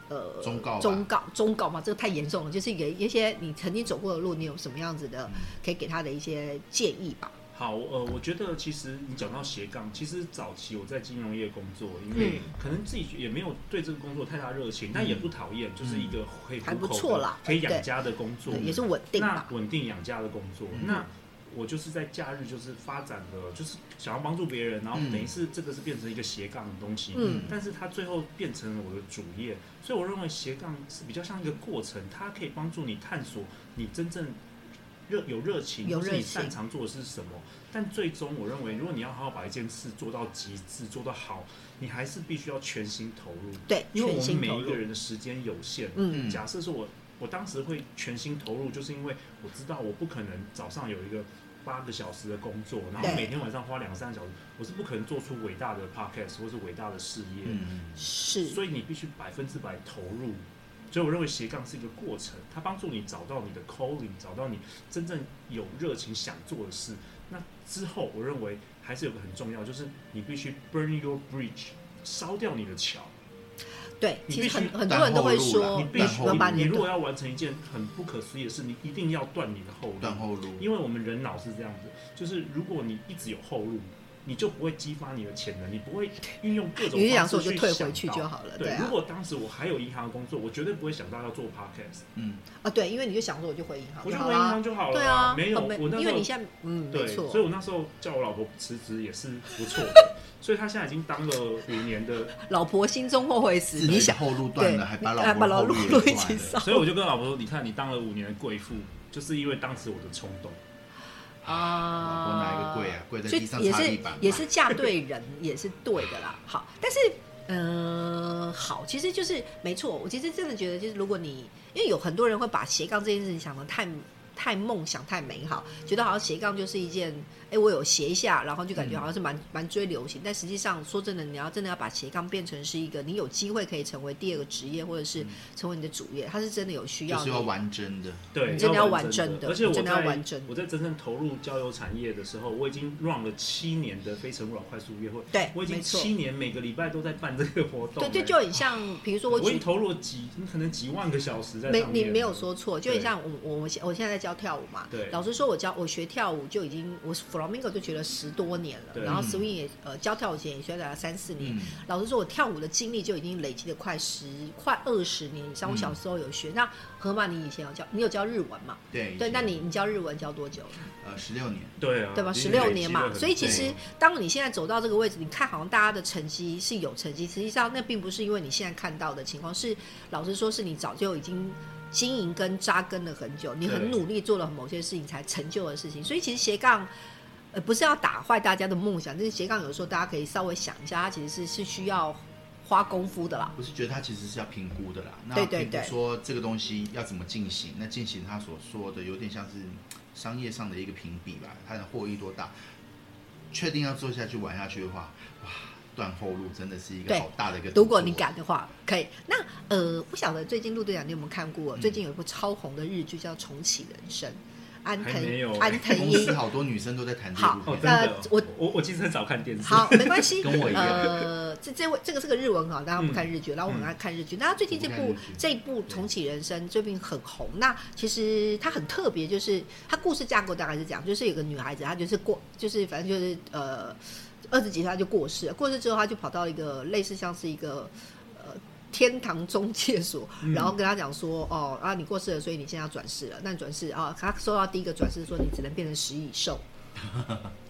呃，
忠告吧
忠告，忠告嘛，这个太严重了。就是给一些你曾经走过的路，你有什么样子
嗯
的可以给他的一些建议吧？
好，呃，我觉得其实你讲到斜杠，其实早期我在金融业工作，因为
嗯
可能自己也没有对这个工作太大热情，但也不讨厌，就是一个可以
嗯
糊口
还
的
不错啦
可以
对
养家的工作
对，，也是稳定
那
吧。
稳定养家的工作。
嗯
那我就是在假日就是发展了，就是想要帮助别人，然后
嗯
等于是这个是变成一个斜杠的东西。
嗯
但是它最后变成了我的主业，所以我认为斜杠是比较像一个过程，它可以帮助你探索你真正热有热情，
有
或是你
热情
擅长做的是什么。但最终，我认为如果你要好好把一件事做到极致，做到好，你还是必须要全心投入，
对，
因
全
为我们
心
每
投
一
入
个。人的时间有限。
嗯，
假设说我我当时会全心投入，就是因为我知道我不可能早上有一个八个小时的工作，然后
对
每天晚上花两三个小时，我是不可能做出伟大的 podcast 或是伟大的事业。
嗯，
是。
所以你必须百分之百投入。所以我认为斜杠是一个过程，它帮助你找到你的 calling，找到你真正有热情想做的事。那之后，我认为还是有个很重要，就是你必须 burn your bridge，烧掉你的桥。
对，
你
其
必
实很
须
很
断
多人都
后
会
路啦
说，
你
哦
必
断
须
后，
要把
你
你
你
的
如果要完成一件很不可思议的事，你一定要断你的后
断
路，
后路，
因为我们人脑是这样子，就是如果你一直有后路，你就不会激发你的潜能，你不会运用各种
你就想
方
说
式
我就
去
退
想
回去
到
就好了，
对，如
啊，
果当时我还有银行工作，我绝对不会想到要做 podcast，
嗯，
啊对，因为你就想说我就回银行
我就
好
回银
啦
行，就好了。
对啊，
呃没有，
很
我那
因
时
为
候
你现在嗯没
对，
错，
所以我那时候叫我老婆辞职也是不错的，所以她现在已经当了五 年的，
老婆心中后悔死，
自己
你想
后路断
对，
了，还把
哎
老
把
婆
老
后
路
路也
路
断
一起
了，
烧
所以我就跟老婆说，你看你当了五年的贵妇，就是因为当时我的冲动。
啊
老婆哪一个贵啊？贵在
所
地
以
上
也
擦地
是
板吧，
也是嫁对人也是对的啦。好，但是嗯、呃好，其实就是没错。我其实真的觉得，就是如果你因为有很多人会把斜杠这件事情想的太太梦想太美好，觉得好像斜杠就是一件，哎、我有斜一下，然后就感
嗯
觉好像是蛮蛮、追流行。但实际上，说真的，你要真的要把斜杠变成是一个你有机会可以成为第二个职业，或者
嗯
是成为你的主业，它是真的有需
就
要
是
你。
要玩真的，
对，
你真的要玩
真
真的
而且我
你真的要
在
玩真的
我在真正投入交友产业的时候，我已经 run 了七年的非诚勿扰快速约会，
对，
我已经
没错。
七年每个礼拜都在办这个活动了。欸
对对，就很像，比如说我
我
举
已经投入了几，可能几万个小时在
没，
上
你
面
没有
了
说错，就很
对
像我我我现我现在在教跳舞嘛。
对
老实说，我教我学跳舞就已经我是 flamingo 就学了十多年了，
对
然后
嗯
swing 也呃教跳舞前也学了三四年。
嗯，
老实说，我跳舞的经历就已经累积了快十快二十年以上。我
嗯
小时候有学，那河马你以前有教，你有教日文嘛？
对
对，那你你教日文教多久了？
呃十六年，
对啊，
对吧？
已
十
经
六
累积
年
了
嘛，
很
所以其
多
实
了
当你现在走到这个位置，你看好像大家的成绩是有成绩，实际上那并不是因为你现在看到的情况，是老实说，是你早就已经经营跟扎根了很久，你很
对
努力做了某些事情才成就的事情，所以其实斜杠。呃，不是要打坏大家的梦想，但是斜杠有时候大家可以稍微想一下，它其实是是需要花功夫的啦。
我是觉得它其实是要评估的啦。那
对对
评估
对
说这个东西要怎么进行，那进行他所说的有点像是商业上的一个评比吧，它的获益多大，确定要做下去玩下去的话，哇，断后路真的是一个
对
好大的一个。
如果你，敢的话，可以。那呃，不晓得最近陆队长你有没有看过？
嗯
最近有一部超红的日剧叫《重启人生》，安
还
藤
没有
安藤
公
英
司好多女生都在谈这个部
哦，
分
真。的
呃，我
我我我其实很少看电视。
好，没关系。
跟我一样
呃，这这位这个是个日文哈，大家不看日剧，然后我很
嗯
爱看日剧。那最近这
我
部
不看日剧
这一部《重启人生》最近很红。那其实它很特别，就是它故事架构大概是这样，就是有个女孩子，她就是过，就是反正就是呃二十几岁她就过世了，过世之后她就跑到一个类似像是一个呃天堂中介所，
嗯
然后跟他讲说，哦啊，你过世了，所以你现在要转世了。那你转世啊，他收到第一个转世说你只能变成食蚁 兽，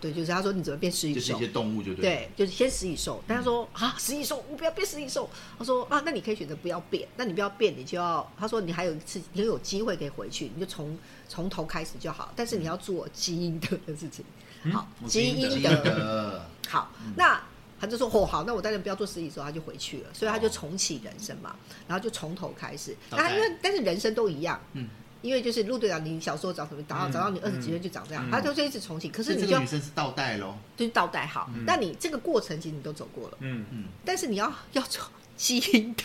对，就是他说你只能变食蚁
就是一
兽
些。动物就对了，
对，就是先食蚁兽。但他说啊，食蚁兽，我不要变食蚁兽。他说啊，那你可以选择不要变，那你不要变，你就要他说你还有一次，你有机会可以回去，你就从从头开始就好，但是你要做基因的事情。
嗯
好，
我
基因
基
的
德，
好，那他就说哦好，那我当然不要做实体之后，他就回去了，所以他就
哦
重启人生嘛，然后就从头开始。
大
那他因为
概
但是人生都一样，
嗯，
因为就是陆队长，你小时候长什么，长到
嗯
长到你二十几岁
嗯
就长这样，
嗯
他就是一直重启。可是
所以
你就
这个
要
女生是倒带喽，
就是倒带好，
嗯
那你这个过程其实你都走过了，
嗯，
嗯，
但是你要要做基因的，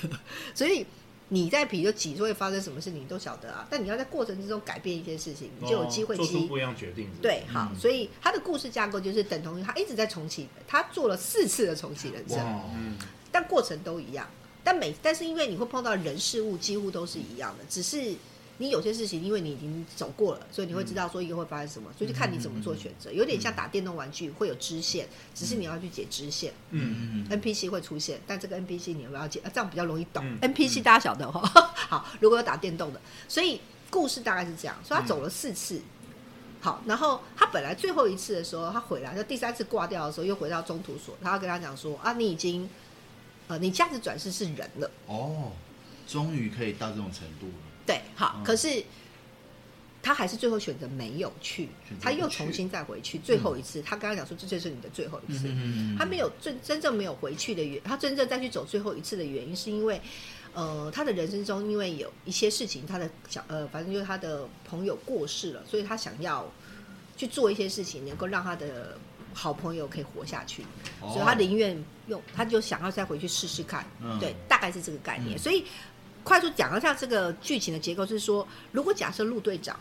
所以你在比如几岁发生什么事情你都晓得啊，但你要在过程之中改变一些事情，你就有机会
哦做出
积
不一样决定。是不是
对，好，
嗯
所以他的故事架构就是等同于他一直在重启，他做了四次的重启人生，
哇
嗯，
但过程都一样。但每但是因为你会碰到人事物几乎都是一样的，只是你有些事情因为你已经走过了，所以你会知
嗯
道说一个会发生什么，所以就看你怎么做选择。有点像打电动玩具会有支线，只是你要去解支线。
嗯，
嗯
NPC 会出现，但这个 NPC 你要不要解？啊这样比较容易懂。
嗯
NPC 大家晓得哈。 好，如果有打电动的，所以故事大概是这样。
嗯
所以他走了四次。好，然后他本来最后一次的时候，他回来，他第三次挂掉的时候，又回到中途所，他要跟他讲说啊，你已经，呃，你价值转世是人了，
哦，终于可以到这种程度了，
对，好，
嗯
可是他还是最后选择没有去
选，择
他
不
又
去
重新再回去，最后一次，他跟他讲说，这就是你的最后一次，
嗯
他没有真真正没有回去的原，他真正再去走最后一次的原因，是因为，呃，他的人生中因为有一些事情，他的小呃，反正就是他的朋友过世了，所以他想要去做一些事情，能够让他的好朋友可以活下去，
哦
所以他宁愿用，他就想要再回去试试看，
嗯
对，大概是这个概念。
嗯
所以快速讲一下这个剧情的结构是说，如果假设陆队长，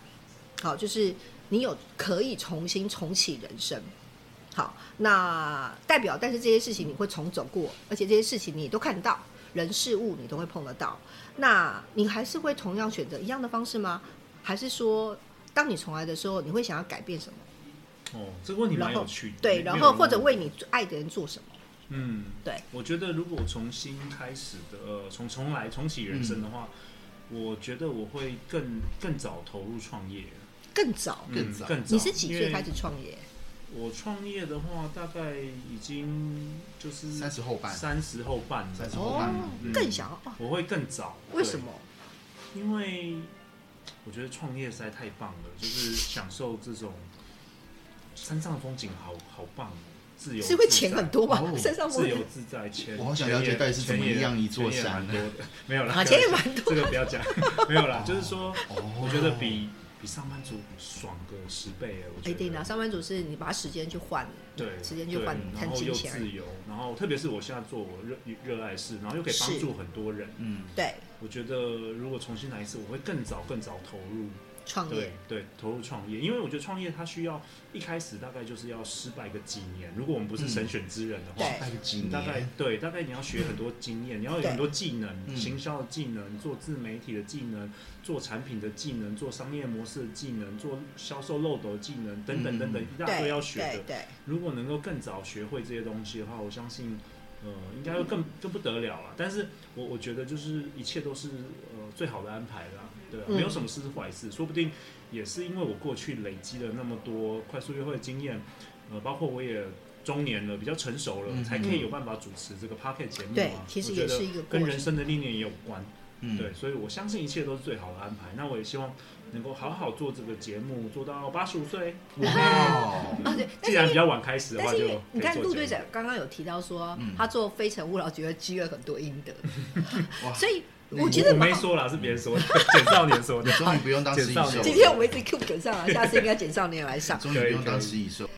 好，就是你有可以重新重启人生。好，那代表，但是这些事情你会重走过，而且这些事情你都看得到，人事物你都会碰得到。那你还是会同样选择一样的方式吗？还是说，当你重来的时候，你会想要改变什么？
哦，这个问题蛮有趣的。
对，
没有
然
人
后
问
或者
过
为你爱的人做什么？
嗯，
对，
我觉得如果重新开始的，呃，从重来重启人生的话，我觉得我会更更早投入创业，
更早，
更
嗯
早
更早。
你是几
因
岁
为
开始创业？
我创业的话，大概已经就是
三十后半，
三十后半了
三十后
哦
慢慢，
嗯
更想要哇？
我会更早。
为什么？
对？因为我觉得创业实在太棒了，就是享受这种山上的风景好，好棒哦，自由
是因为
自
钱
在
很多吗？
哦
身上不
自
会
由自在，钱。
我好想了解到底是怎么
钱也
样一座山
钱也蛮多的，没有啦，
啊，钱也蛮多。
这个不要讲，没 有啦，就是说，
哦
我觉得比比上班族爽个十倍耶，我觉
一定的，
得。
哎上班族是你把时间去换，
对，
时间去
对
换
然
看
后
金
又
钱而
自
已。
由，然后特别是我现在做我热热爱的事，然后又可以帮
是
助很多人。
嗯，
对，
我觉得如果重新来一次，我会更早更早投入，
创业
对对，投入创业，因为我觉得创业它需要一开始大概就是要失败个几年，如果我们不是神选之人的话，
嗯对
大概几
大概
年，
对，大概你要学很多经验，你要有
对
很多技能，
嗯
行销的技能，做自媒体的技能，做产品的技能，做商业模式的技能，做销售漏斗的技能，等
嗯
等等等，一大堆
对
要学
对
的。
对，
如果能够更早学会这些东西的话，我相信，呃，应该会更更不得了了。但是我我觉得就是一切都是呃最好的安排啦，对啊，
嗯
没有什么事是坏事，说不定也是因为我过去累积了那么多快速约会的经验，呃，包括我也。中年了，比较成熟了，
嗯
才可以有办法主持这个 p o c k e t 节目、啊。
对其实
我觉
也
得
是一个过
跟
程
人生的历练也有关。
嗯，
对，所以我相信一切都是最好的安排。那我也希望能够好好做这个节目，做到八十 五岁。
哇，
啊对，但是
既
因
然
为
比较晚开始的
但
话
是
就
因为
可以做节目，
你看陆队长刚刚有提到说
嗯，
他做《非诚勿扰》觉得积了很多阴德，
哇
所以我
我
觉得
我
蛮
没
好。
说啦，是别人说的， 简少年说的
你。终于不用当食蚁
简少
兽
年
今
了，
天我们一直 Q 梗上来，下次应该简少年来上。
终于不用当食蚁兽。